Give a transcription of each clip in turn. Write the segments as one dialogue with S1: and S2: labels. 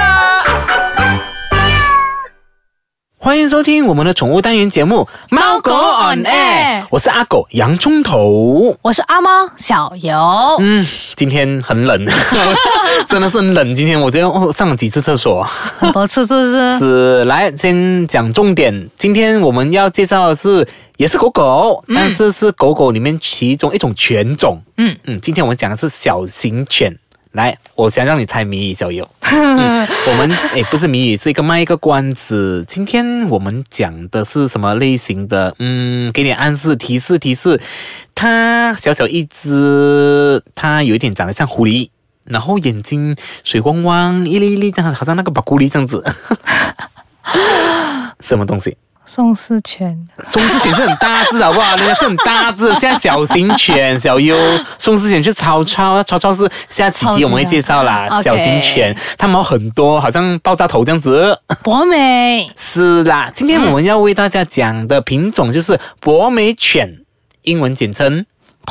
S1: 啊。
S2: 欢迎收听我们的宠物单元节目《
S3: 猫狗 on air
S2: 我是阿狗洋葱头。
S3: 我是阿猫小游，
S2: 嗯，今天很冷， 真的是很冷。今天我今天、哦、上了几次厕所。
S3: 很多次是不是？
S2: 嗯是，来先讲重点。今天我们要介绍的是，也是狗狗，但是是狗狗里面其中一种犬种。
S3: 嗯
S2: 嗯，今天我们讲的是小型犬。来，我想让你猜谜语，小友。嗯、我们诶不是谜语，是一个卖一个关子。今天我们讲的是什么类型的？嗯，给点暗示、提示、提示。它小小一只，它有一点长得像狐狸，然后眼睛水汪汪，一粒一粒这样，好像那个宝咕狸这样子。什么东西？
S3: 宋思全，
S2: 松狮犬是很大只，好不好？人家是很大只，现在小型犬小优，松狮犬是曹操，曹操是下几集我们会介绍 啦。
S3: 超级大
S2: 小型犬
S3: OK
S2: 它毛很多，好像爆炸头这样子。呃
S3: 博美，
S2: 是啦，今天我们要为大家讲的品种就是博美犬，英文简称。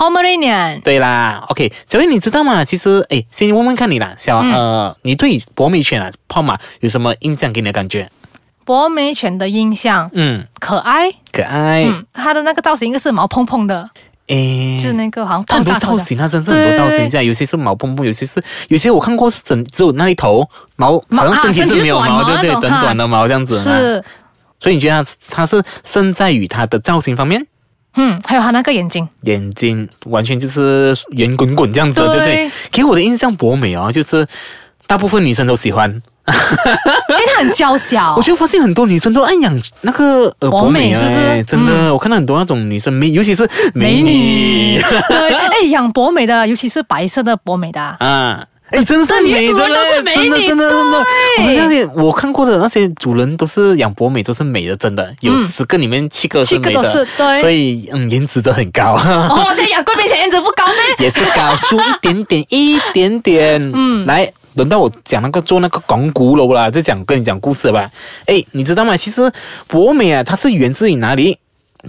S3: Pomeranian，
S2: 对啦，OK，小优你知道吗？其实，哎，先问问看你啦，小、呃，你对博美犬啊、泡玛有什么印象给你的感觉？
S3: 博美犬的印象
S2: 嗯，
S3: 可爱，
S2: 可爱，
S3: 嗯，它的那个造型应该是毛蓬蓬的，
S2: 诶
S3: 就是那个好像
S2: 嗯它
S3: 爆
S2: 很多
S3: 炸头
S2: 造
S3: 的
S2: 型啊，真是很多
S3: 对
S2: 造型。现在有些是毛蓬蓬，有些是有些我看过是整只有那一头毛，
S3: 毛
S2: 好像身
S3: 啊
S2: 体
S3: 身体
S2: 是
S3: 是
S2: 没有
S3: 短
S2: 毛，
S3: 毛
S2: 对
S3: 那
S2: 对，
S3: 种
S2: 短
S3: 哈
S2: 短的毛这样子、啊。
S3: 是，
S2: 所以你觉得它它是胜在于它的造型方面，
S3: 嗯，还有它那个 眼睛，
S2: 眼睛完全就是圆滚滚这样子，对不对
S3: 对？
S2: 给我的印象博美哦，就是大部分女生都喜欢。
S3: 因为它很娇小
S2: 我，就发现很多女生都爱养那个呃
S3: 哦博
S2: 博美，
S3: 美是不是嗯
S2: 哎真的，我看到很多那种女生美，尤其是美女
S3: 对，哎，养博美的，尤其是白色的博美的啊，
S2: 啊。哎，真的是
S3: 对你的
S2: 美
S3: 主
S2: 的
S3: 人都
S2: 嘞，
S3: 是美
S2: 真的
S3: 女
S2: 真的真的，我
S3: 对
S2: 那些我看过的那些主人都是养博美，都是美的，真的有
S3: 嗯
S2: 十个里面七个是
S3: 七个
S2: 美
S3: 都
S2: 的
S3: 是，对
S2: 所以嗯颜值都很高，
S3: 哦，现在养贵宾犬颜值不高 咩？
S2: 也是高出一点点一点点。嗯，来轮到我讲那个做那个广古楼啦，就讲跟你讲故事吧。哎，你知道吗？其实博美啊，它是源自于哪里？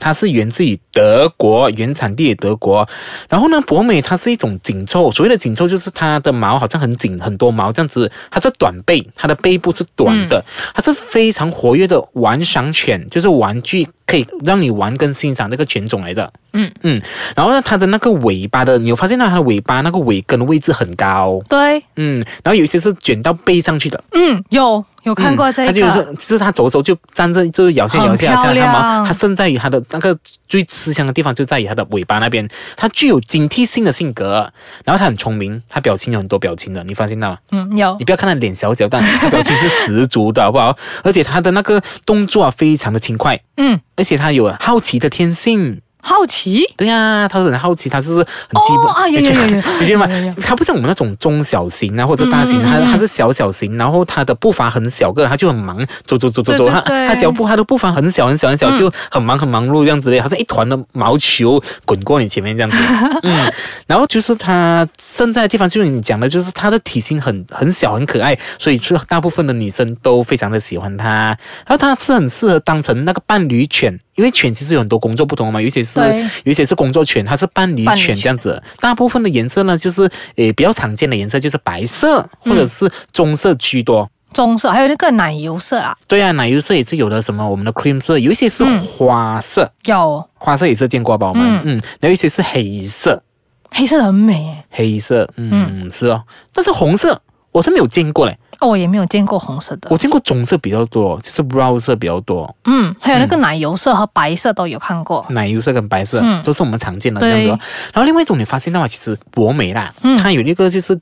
S2: 它是源自于德国，原产地也德国。然后呢，博美它是一种紧凑，所谓的紧凑就是它的毛好像很紧，很多毛这样子。它是短背，它的背部是短的，它是非常活跃的玩赏犬，就是玩具可以让你玩跟欣赏那个犬种来的。
S3: 嗯
S2: 嗯，然后呢，它的那个尾巴的，你有发现到它的尾巴那个尾根的位置很高，
S3: 对，
S2: 嗯，然后有一些是卷到背上去的。
S3: 嗯，有有看过这
S2: 它
S3: 一
S2: 就是
S3: 个，
S2: 就是它走的时候就站着，就是摇下摇
S3: 很
S2: 下摇下它毛，
S3: 漂亮
S2: 它胜在于它的那个最吃香的地方就在于它的尾巴那边，它具有警惕性的性格，然后它很聪明，它表情有很多表情的，你发现到吗？
S3: 嗯，有
S2: 你，不要看它脸小小，但它表情是十足的，好不好？而且它的那个动作啊非常的勤快，
S3: 嗯，
S2: 而且它有好奇的天性。
S3: 好奇，
S2: 对呀、他很好奇，他就是很基本。
S3: 哦啊有
S2: 你觉得
S3: 有有有
S2: 你觉得吗
S3: 有有有？
S2: 他不像我们那种中小型啊或者大型，
S3: 嗯嗯嗯
S2: 他
S3: 嗯
S2: 他是小小型，然后他的步伐很小个，他就很忙，走走走走走，
S3: 对对
S2: 他
S3: 对
S2: 他脚步他的步伐很小很小很小，
S3: 嗯
S2: 就很忙很忙碌这样子的，好像一团的毛球滚过你前面这样子。嗯，然后就是他身在的地方，就是你讲的，就是他的体型很很小很可爱，所以是大部分的女生都非常的喜欢他。然后他是很适合当成那个伴侣犬，因为犬其实有很多工作不同的嘛，有一些是
S3: 对
S2: 有一些是工作犬，它是伴侣
S3: 伴侣
S2: 犬
S3: 犬
S2: 这样子。大部分的颜色呢，就是诶比较常见的颜色就是白色或者是棕色居多。
S3: 棕色，还有那个奶油色啊，
S2: 对啊，奶油色也是有的，什么我们的 cream 色，有一些是
S3: 嗯
S2: 花色，
S3: 有
S2: 花色也是见过吧？我们
S3: 嗯
S2: 嗯，然后一些是黑色，
S3: 黑色的很美耶，
S2: 黑色，嗯，是哦。但是红色我是没有见过嘞，
S3: 哦，我也没有见过红色的，
S2: 我见过棕色比较多，就是 brown 色比较多，
S3: 嗯，还有那个奶油色和白色都有看过，
S2: 奶油色跟白色、
S3: 嗯
S2: 都是我们常见的这样
S3: 对
S2: 子、哦。然后另外一种你发现到啊，其实博美啦，
S3: 嗯
S2: 它有那个就是。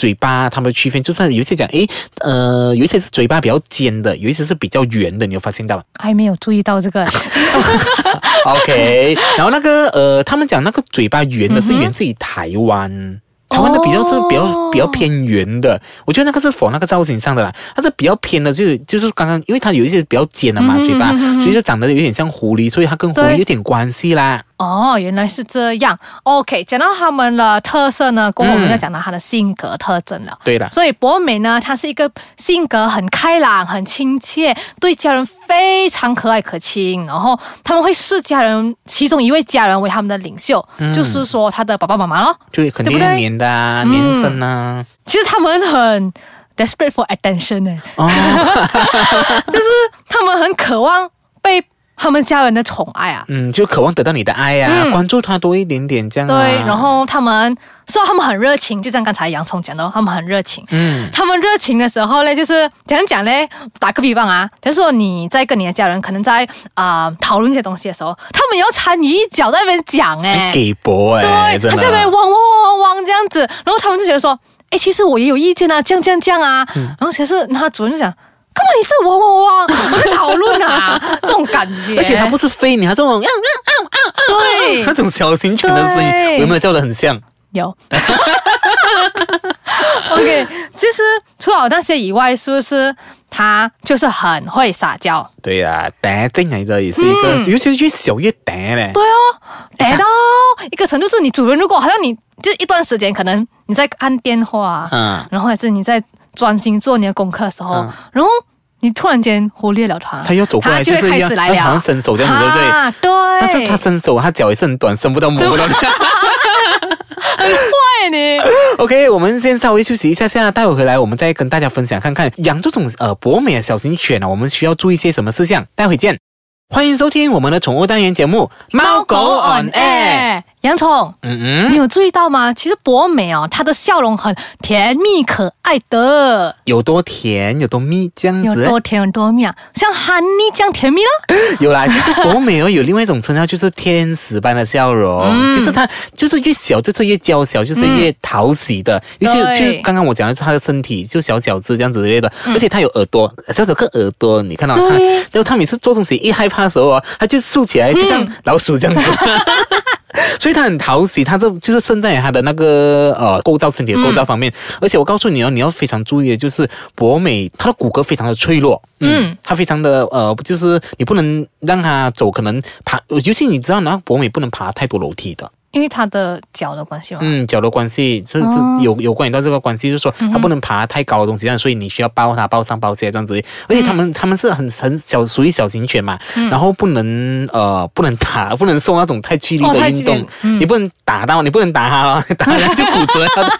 S2: 嘴巴它们的区分就是有一些讲诶，呃，有一些是嘴巴比较尖的，有一些是比较圆的，你有发现到吗
S3: 还没有注意到这 个，
S2: ？OK，然后那个呃，他们讲那个嘴巴圆的是源自于台湾，台湾的比较是比较、
S3: 嗯哦
S2: 比较偏圆的，我觉得那个是否那个造型上的啦，它是比较偏的，就是就是刚刚因为它有一些比较尖的嘛、
S3: 嗯哼
S2: 嘴巴，
S3: 嗯哼嗯哼
S2: 所以就长得有点像狐狸，所以它跟狐
S3: 对
S2: 狸有点关系啦。
S3: 哦，原来是这样。OK，讲到他们的特色呢，过后
S2: 嗯
S3: 我们要讲到他的性格特征了。
S2: 对了，
S3: 嗯所以博美呢，她是一个性格很开朗、很亲切，对家人非常和蔼可亲。然后他们会视家人其中一位家人为他们的领袖，嗯就是说他的爸爸妈妈咯。
S2: 就肯定
S3: 对不对
S2: 黏的啊，
S3: 嗯
S2: 黏生啊，
S3: 其实他们很 desperate for attention 呢、
S2: 哦，
S3: 就是他们很渴望被他们家人的宠爱啊。
S2: 嗯， 就渴望得到你的爱呀、啊，
S3: 嗯
S2: 关注他多一点点这样、啊。
S3: 对，然后他们说他们很热情，就像刚才洋葱讲的，他们很热情。
S2: 嗯
S3: 他们热情的时候呢，就是怎样讲呢？打个比方啊，假如说你在跟你的家人可能在啊、讨论一些东西的时候，他们也要参与一脚在那边讲哎、
S2: 很给博哎、
S3: 对，
S2: 真
S3: 他
S2: 的
S3: 在那边汪汪汪汪这样子，然后他们就觉得说，哎，其实我也有意见啊，这样这样这样啊，
S2: 嗯
S3: 然后其实他主任就讲。干嘛你这汪汪汪？我在讨论啊， 这种感觉。
S2: 而且他不是飞你，他这种
S3: 对
S2: 那种小型犬的声音，
S3: 对
S2: 我有没有叫的很像？
S3: 有。OK，其实除了那些以外，是不是他就是很会撒 娇？
S2: 对呀、啊，嗲真嚟的也
S3: 嗯
S2: 是一个，尤其是越小越嗲嘞。
S3: 对哦，逮到一个程度，就是你主人如果好像你就一段时间，可能你在按电话，
S2: 嗯，
S3: 然后还是你在专心做你的功课的时候，
S2: 嗯
S3: 然后你突然间忽略了他，
S2: 他又走过来
S3: 他就
S2: 就是
S3: 会开
S2: 要
S3: 始来了，
S2: 他好像伸手这样子对不对
S3: 啊对，
S2: 但是他伸手，他脚也是很短，伸不到摸不到。
S3: 坏你，
S2: OK，我们先稍微休息一下下，待会回来我们再跟大家分享看看养这种呃博美的小型犬啊呢，我们需要注意些什么事项。待会见，欢迎收听我们的宠物单元节目《猫狗 on air》。
S3: 洋葱。
S2: 嗯嗯，
S3: 你有注意到吗？其实博美哦，她的笑容很甜蜜可爱的，
S2: 有多甜，有多蜜，这样
S3: 有
S2: 子。
S3: 多甜有多蜜啊，像哈尼这样甜蜜啦。
S2: 有啦，其实博美哦，有另外一种称号，就是天使般的笑容。
S3: 嗯
S2: 其实它就是越小，就是越娇小，就是越讨喜的。尤其
S3: 嗯对嗯
S2: 就是刚刚我讲的是它的身体，就小小只这样子之类的，而且它有耳朵，小小个耳朵，你看到它，
S3: 对
S2: 然后它每次做东西一害怕的时候啊，它就竖起来，就像
S3: 嗯
S2: 老鼠这样 子。 所以它很讨喜，它这就是胜在它的那个呃构造身体的构造方面。而且我告诉你哦，你要非常注意的就是博美，它的骨骼非常的脆弱，嗯，它非常的呃，就是你不能让它走，可能爬，尤其你知道，那博美不能爬太多楼梯的，
S3: 因为她的脚的关系嘛，
S2: 嗯，脚的关系，这这
S3: 哦嗯
S2: 有有关于到这个关系，就是说它不能爬太高的东西，这样所以你需要抱它，抱上抱下这样子。而且它
S3: 嗯
S2: 们它们是很很小，属于小型犬嘛，然后不能呃不能打，不能做那种太剧烈
S3: 哦
S2: 的
S3: 太剧
S2: 运
S3: 烈
S2: 动，你不能打到，你不能打它了，打它就骨折 了。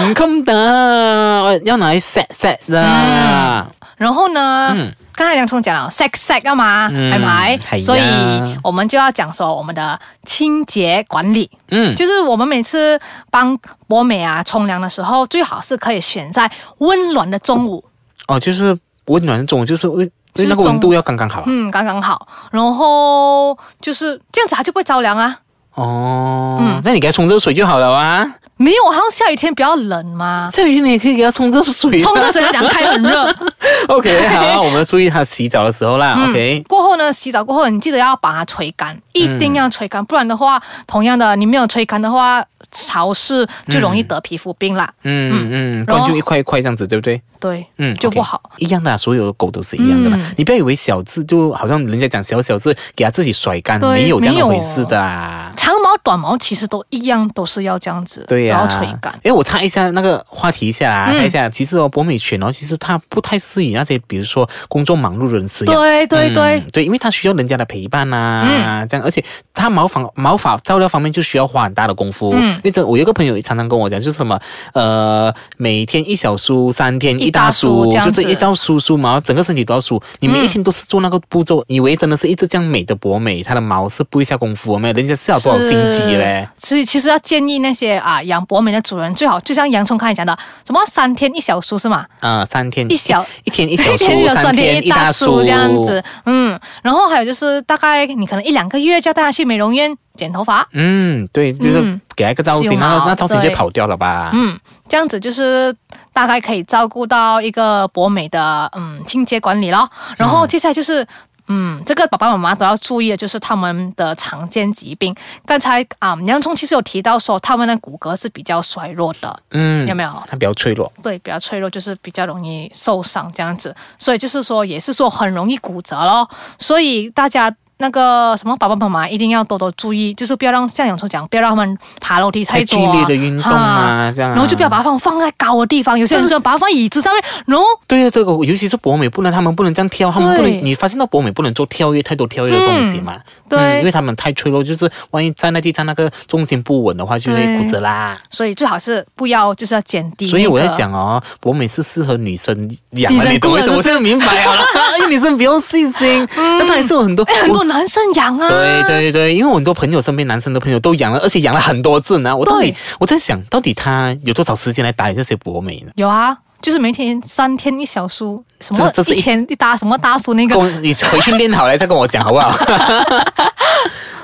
S2: 唔咁得，要拿来 set set 啦。
S3: 然后呢？
S2: 嗯
S3: 刚才洋葱讲了 sex sex 啊嘛，
S2: 嗯
S3: 还买
S2: 系，呀
S3: 所以我们就要讲说我们的清洁管理，
S2: 嗯
S3: 就是我们每次帮博美啊冲凉的时候，最好是可以选在温暖的中午，
S2: 哦，就是温暖的中，就是为
S3: 就是
S2: 那个温
S3: 中
S2: 度要刚刚好啊。
S3: 嗯，刚刚好，然后就是这样子，它就不会着凉啊。
S2: 哦，
S3: 嗯
S2: 那你给它冲热水就好了啊。
S3: 没有，好像下雨天比较冷 嘛，
S2: 下雨天你也可以给它冲热水啊、
S3: 冲热水要讲开很 热。
S2: OK，好，我们注意它洗澡的时候啦。OK，
S3: 嗯过后呢，洗澡过后你记得要把它吹
S2: 嗯
S3: 干，一定要吹干，不然的话，同样的你没有吹干的话，潮湿就容易得皮肤病啦。
S2: 嗯嗯，不
S3: 然
S2: 然
S3: 后
S2: 就一块一块这样子，对不对？
S3: 对，
S2: 嗯，
S3: 就
S2: OK
S3: 不好。
S2: 一样的啊，所有的狗都是一样的啦。
S3: 嗯
S2: 你不要以为小字就好像人家讲小小字，给它自己甩干，
S3: 对
S2: 没有这样
S3: 没
S2: 的
S3: 有
S2: 回事的啊。
S3: 长毛、短毛其实都一样，都是要这样子，
S2: 对呀、
S3: 然后吹干。
S2: 哎，我插一下那个话题一下啊，
S3: 嗯
S2: 看一下，其实哦，博美犬哦，其实它不太适宜那些，比如说工作忙碌的人饲养。
S3: 对对
S2: 嗯
S3: 对，嗯
S2: 对，因为它需要人家的陪伴啊，这样，而且它毛发毛发照料方面就需要花很大的功夫。
S3: 嗯
S2: 因为这我有一个朋友也常常跟我讲，就是什么呃，每天一小梳，三天
S3: 一
S2: 大
S3: 大梳这样
S2: 就
S3: 子
S2: 是一照梳梳毛，整个身体都要梳。你每一天都是做那个步骤，以为真的是一直这样美的博美，它的毛是不会下功夫，没有人家是要多少心机嘞。
S3: 是。所以其实要建议那些啊养博美的主人，最好就像洋葱刚才讲的，什么三天一小梳是吗？
S2: 啊、三天
S3: 一小
S2: 一天一小
S3: 天
S2: 书，
S3: 有酸
S2: 三
S3: 甜
S2: 天
S3: 一
S2: 一
S3: 大
S2: 大
S3: 叔
S2: 书
S3: 这样子。，嗯，然后还有就是大概你可能一两个月就要带他去美容院剪头发，
S2: 嗯，对，就是
S3: 嗯
S2: 给他一个造型，
S3: 修
S2: 那
S3: 毛
S2: 那造型就
S3: 对
S2: 跑掉了吧？
S3: 嗯，这样子就是大概可以照顾到一个博美的嗯清洁管理咯。然后接下来就是。嗯，这个爸爸妈妈都要注意的，就是他们的常见疾病。刚才啊、洋葱其实有提到说，他们的骨骼是比较衰弱的，
S2: 嗯，
S3: 有没有？
S2: 它比较脆弱。
S3: 对，比较脆弱，就是比较容易受伤这样子，所以就是说，也是说很容易骨折咯。所以大家那个什么爸爸妈妈一定要多多注意，就是不要让像杨叔讲，不要让他们爬楼梯
S2: 太
S3: 多、啊，
S2: 剧烈的运动啊
S3: 哈
S2: 这样啊
S3: 然后就不要把它放放在高的地方，有些人喜欢把它放椅子上面，然后
S2: 对啊，这个尤其是博美，不能他们不能这样跳，他们不
S3: 对
S2: 能，你发现到博美不能做跳跃太多跳跃的东西嘛，嗯
S3: 对
S2: 因为他们太脆弱，就是万一站在地上那个重心不稳的话，就会
S3: 对
S2: 骨折啦。
S3: 所以最好是不要就是要减低、
S2: 所以我在，想哦，博美是适合女生养
S3: 牺牲
S2: 的，你懂
S3: 过
S2: 为
S3: 了
S2: 什么？
S3: 是
S2: 我现嗯在明白 了，啊因为女生比较细心，但是还是有很多
S3: 哎，很多男生养啊，
S2: 对对对，因为我很多朋友身边男生的朋友都养了，而且养了很多次呢。我到底
S3: 对
S2: 我在想，到底他有多少时间来打理这些博美呢？
S3: 有啊，就是每天三天一小梳，什么
S2: 这这是一
S3: 一天一大什么大梳那个
S2: 跟。我你回去练好了再跟我讲好不 好
S3: OK，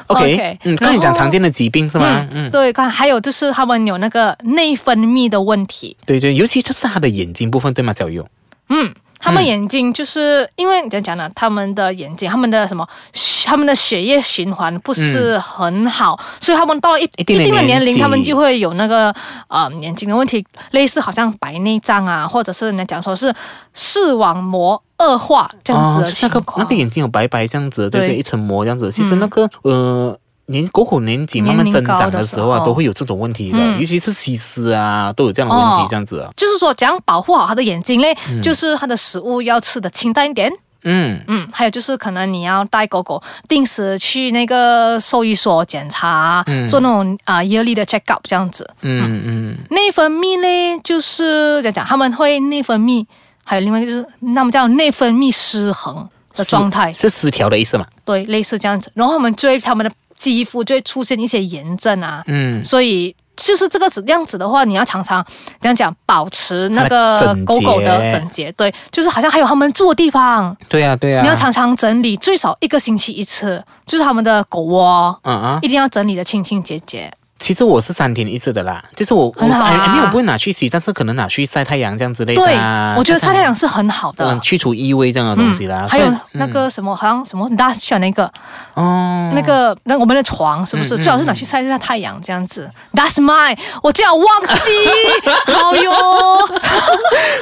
S2: ？OK，嗯，刚才你
S3: 然
S2: 讲
S3: 后
S2: 常见的疾病是吗？嗯，
S3: 对，看还有就是他们有那个内分泌的问题，
S2: 对对，尤其这是他的眼睛部分，对吗，小优？
S3: 嗯，他们眼睛就是、因为怎样讲呢？他们的眼睛，他们的什么，血他们的血液循环不是很好，所以他们到了一
S2: 嗯一定的
S3: 的
S2: 年
S3: 年龄，
S2: 纪
S3: 他们就会有那个呃眼睛的问题，类似好像白内障啊，或者是人家讲说是视网膜恶化这样子
S2: 哦
S3: 的
S2: 就是那
S3: 情
S2: 个
S3: 况。
S2: 那个眼睛有白白这样子，对不
S3: 对嗯
S2: 对？一层膜这样子。其实那个呃。年狗狗年纪慢慢
S3: 年龄
S2: 增长
S3: 高
S2: 的
S3: 的
S2: 时候啊，
S3: 时候
S2: 都会有这种问题的，
S3: 嗯
S2: 尤其是西施啊，都有这样的问
S3: 哦
S2: 题，这样子啊。
S3: 就是说，怎样保护好他的眼睛嘞？就是他的食物要吃的清淡一点，
S2: 嗯，
S3: 嗯，还有就是可能你要带狗狗定时去那个兽医所检查，做那种啊、yearly 的 check up 这样子。
S2: 嗯嗯，
S3: 内分泌嘞，就是讲讲他们会内分泌，还有另外就是那么叫内分泌失衡的状态，
S2: 是是失调的意思嘛？
S3: 对，类似这样子。然后他们就会他们的肌肤就会出现一些炎症啊，
S2: 嗯，
S3: 所以就是这个子样子的话，你要常常这样讲，保持那个
S2: 它的整洁
S3: 狗狗的整洁，对，就是好像还有他们住的地方，
S2: 对呀、对呀、啊
S3: 你要常常整理，最少一个星期一次，就是他们的狗窝。
S2: 嗯啊，
S3: 一定要整理的清清洁洁，
S2: 其实我是三天一次的啦，就是我我
S3: 很好啊
S2: 哎没有不会拿去洗，但是可能拿去晒太阳这样之类
S3: 对
S2: 的、啊。，
S3: 我觉得晒太阳是很好的嗯
S2: 嗯，。去除异味这样的东西啦。
S3: 还有
S2: 所以嗯
S3: 那个什么，好像什么 Dash 那个
S2: 哦，
S3: 那个，那我们的床是不
S2: 嗯
S3: 是最好是拿去晒一下太阳这样子？That's my，我竟然忘 记，好哟。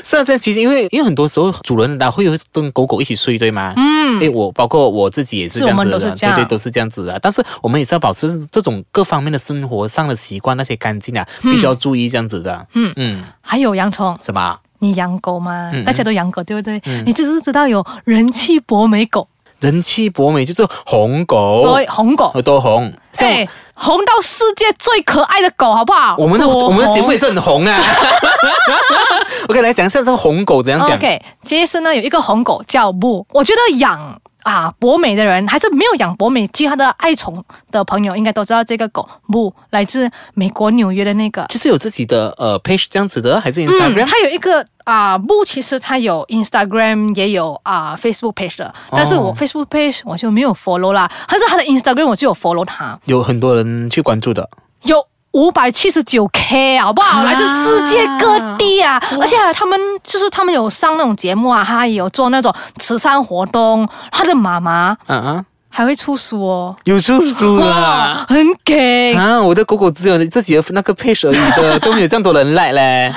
S2: 是啊，这其实因为因为很多时候主人啊会有跟狗狗一起睡，对吗？嗯，哎，我包括我自己也是这样子
S3: 是我
S2: 的，
S3: 们都是这样
S2: 对对，都是这样子的。啊但是我们也是要保持这种各方面的生活上的习惯，那些干净啊，
S3: 嗯
S2: 必须要注意这样子的。嗯嗯，
S3: 还有洋葱，
S2: 什么？
S3: 你养狗吗？
S2: 嗯嗯嗯
S3: 大家都养狗，对不对？你知不知道有人气博美狗，
S2: 人气博美就是红狗，
S3: 对，红狗，
S2: 有多红？哦像我
S3: 哎，红到世界最可爱的狗，好不好？
S2: 我们的
S3: 多
S2: 我
S3: 红
S2: 们的节目也是很红啊。OK，来讲一下这个红狗怎样讲。
S3: OK，其实呢，有一个红狗叫布，我觉得养啊博美的人，还是没有养博美，其他的爱宠的朋友应该都知道这个狗布来自美国纽约的那个。
S2: 就是有自己的呃 page 这样子的，还是
S3: 嗯，
S2: Instagram？、
S3: 它有一个啊，布、其实它有 Instagram 也有啊、Facebook page 的，但是
S2: 哦
S3: 我 Facebook page 我就没有 follow 啦，但是它的 Instagram 我就有 follow 它，
S2: 有很多人去关注的。
S3: 有五百七十九 K，好不好？
S2: 啊
S3: 来自世界各地啊！而且他们就是他们有上那种节目啊，他也有做那种慈善活动，他的妈妈
S2: 啊啊，
S3: 还会出书哦，
S2: 有叔叔
S3: 嗯哇哎
S2: 啦。，
S3: 很给。
S2: 啊，我的狗狗只有自己的那个 page 而已的，都没有这样多人来 嘞。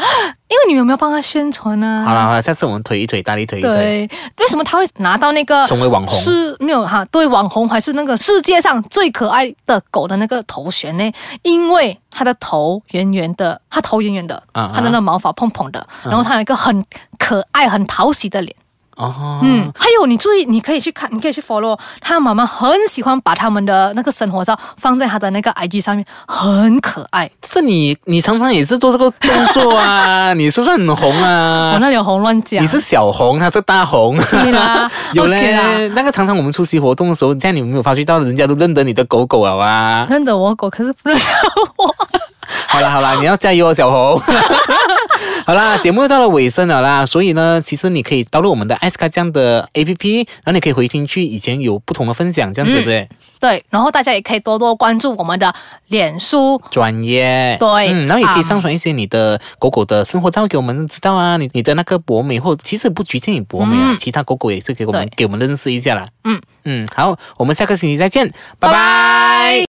S3: 因为你们有没有帮他宣传呢、
S2: 好了好了，下次我们推一推，大力推一推。
S3: 对，为什么他会拿到那个
S2: 成为网红
S3: 是没有哈？对，网红还是那个世界上最可爱的狗的那个头衔呢？因为它的头圆圆的，它头圆圆的，
S2: 啊
S3: 它的那个毛发蓬蓬的，然后它有一个很可爱、很讨喜的脸。
S2: 哦，
S3: 嗯，还有你注意，你可以去看，你可以去 follow 他妈妈，很喜欢把他们的那个生活照放在他的那个 IG 上面，很可爱。
S2: 是你，你常常也是做这个动作啊， 你是不是很红
S3: 我
S2: 啊？
S3: 那里有红乱讲，
S2: 你是小红，他是大红。
S3: 对啦
S2: 有
S3: OK 啦
S2: 嘞，那个常常我们出席活动的时候，这样你有没有发觉到人家都认得你的狗狗了 啊？
S3: 认得我狗，可是不认得我。
S2: 好啦好啦，你要加油哦，小红。 好啦，节目又到了尾声了啦，所以呢，其实你可以登录我们的艾斯卡这样的 A P P，然后你可以回听去以前有不同的分享，这样子对、
S3: 嗯对，然后大家也可以多多关注我们的脸书。
S2: 专业
S3: 对
S2: 嗯，然后也可以
S3: 嗯
S2: 上传一些你的狗狗的生活照给我们知道啊，你你的那个博美，或其实不局限于博美啊，
S3: 嗯
S2: 其他狗狗也是给我们
S3: 对
S2: 给我们认识一下啦。
S3: 嗯
S2: 嗯，好，我们下个星期再见，拜拜。
S3: 拜拜